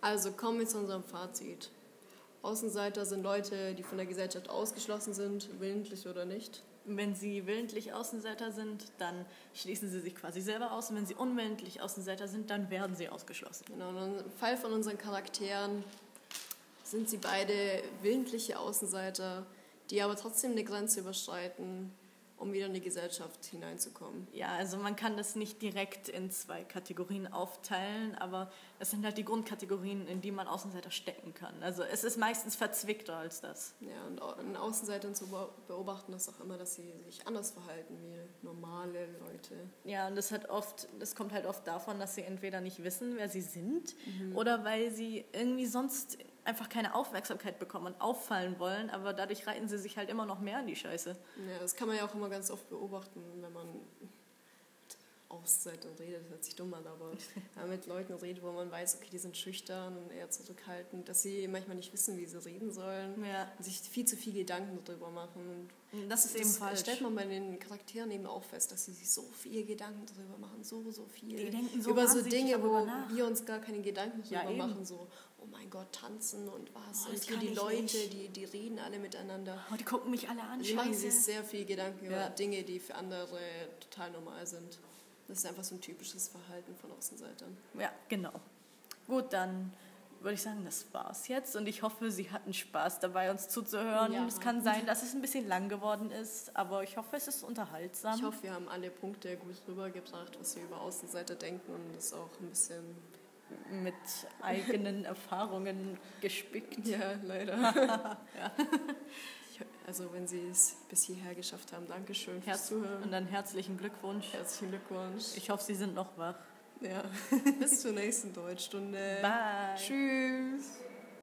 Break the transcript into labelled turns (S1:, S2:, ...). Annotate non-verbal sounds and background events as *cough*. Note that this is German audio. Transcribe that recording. S1: Also kommen wir zu unserem Fazit. Außenseiter sind Leute, die von der Gesellschaft ausgeschlossen sind, willentlich oder nicht.
S2: Wenn sie willentlich Außenseiter sind, dann schließen sie sich quasi selber aus. Und wenn sie unwillentlich Außenseiter sind, dann werden sie ausgeschlossen.
S1: Genau, und im Fall von unseren Charakteren sind sie beide willentliche Außenseiter, die aber trotzdem eine Grenze überschreiten, um wieder in die Gesellschaft hineinzukommen.
S2: Ja, also man kann das nicht direkt in zwei Kategorien aufteilen, aber das sind halt die Grundkategorien, in die man Außenseiter stecken kann. Also es ist meistens verzwickter als das.
S1: Ja, und au- in Außenseitern zu beo- beobachten ist auch immer, dass sie sich anders verhalten wie normale Leute.
S2: Ja, und das hat oft, das kommt halt oft davon, dass sie entweder nicht wissen, wer sie sind, oder weil sie irgendwie sonst einfach keine Aufmerksamkeit bekommen und auffallen wollen, aber dadurch reiten sie sich halt immer noch mehr in die Scheiße.
S1: Ja, das kann man ja auch immer ganz oft beobachten, wenn man mit Außenseitern redet. Das hört sich dumm an, aber wenn man mit Leuten redet, wo man weiß, okay, die sind schüchtern und eher zurückhaltend, dass sie manchmal nicht wissen, wie sie reden sollen.
S2: Ja.
S1: und Sich viel zu viel Gedanken darüber machen.
S2: Das ist eben falsch.
S1: stellt man bei den Charakteren eben auch fest, dass sie sich so viel Gedanken darüber machen, so, so viel.
S2: Die denken so
S1: über so
S2: wahnsinnig
S1: Dinge,
S2: darüber
S1: wo
S2: nach.
S1: wir uns gar keine Gedanken
S2: Ja,
S1: drüber
S2: eben.
S1: machen. So, oh mein Gott, tanzen und was.
S2: Boah,
S1: und
S2: das
S1: hier
S2: kann
S1: die
S2: ich
S1: Leute,
S2: nicht.
S1: die, die reden alle miteinander.
S2: Oh, die gucken mich alle an.
S1: Die machen
S2: Scheiße.
S1: sich sehr viel Gedanken über
S2: Ja.
S1: Dinge, die für andere total normal sind. Das ist einfach so ein typisches Verhalten von Außenseitern.
S2: Ja, genau. Gut, dann würde ich sagen, das war's jetzt und ich hoffe, Sie hatten Spaß dabei, uns zuzuhören.
S1: Ja.
S2: Es kann sein, dass es ein bisschen lang geworden ist, aber ich hoffe, es ist unterhaltsam.
S1: Ich hoffe, wir haben alle Punkte gut rübergebracht, was wir über Außenseiter denken und das auch ein bisschen.
S2: Mit
S1: *laughs*
S2: eigenen Erfahrungen gespickt.
S1: Ja, *laughs*
S2: *laughs*
S1: leider. Ich- Also, wenn Sie es bis hierher geschafft haben, Dankeschön fürs
S2: Herz und
S1: Zuhören.
S2: dann herzlichen Glückwunsch.
S1: Herzlichen Glückwunsch. *laughs*
S2: Ich hoffe, Sie sind noch wach.
S1: Ja. bis zur nächsten Deutschstunde.
S2: Bye.
S1: Tschüss.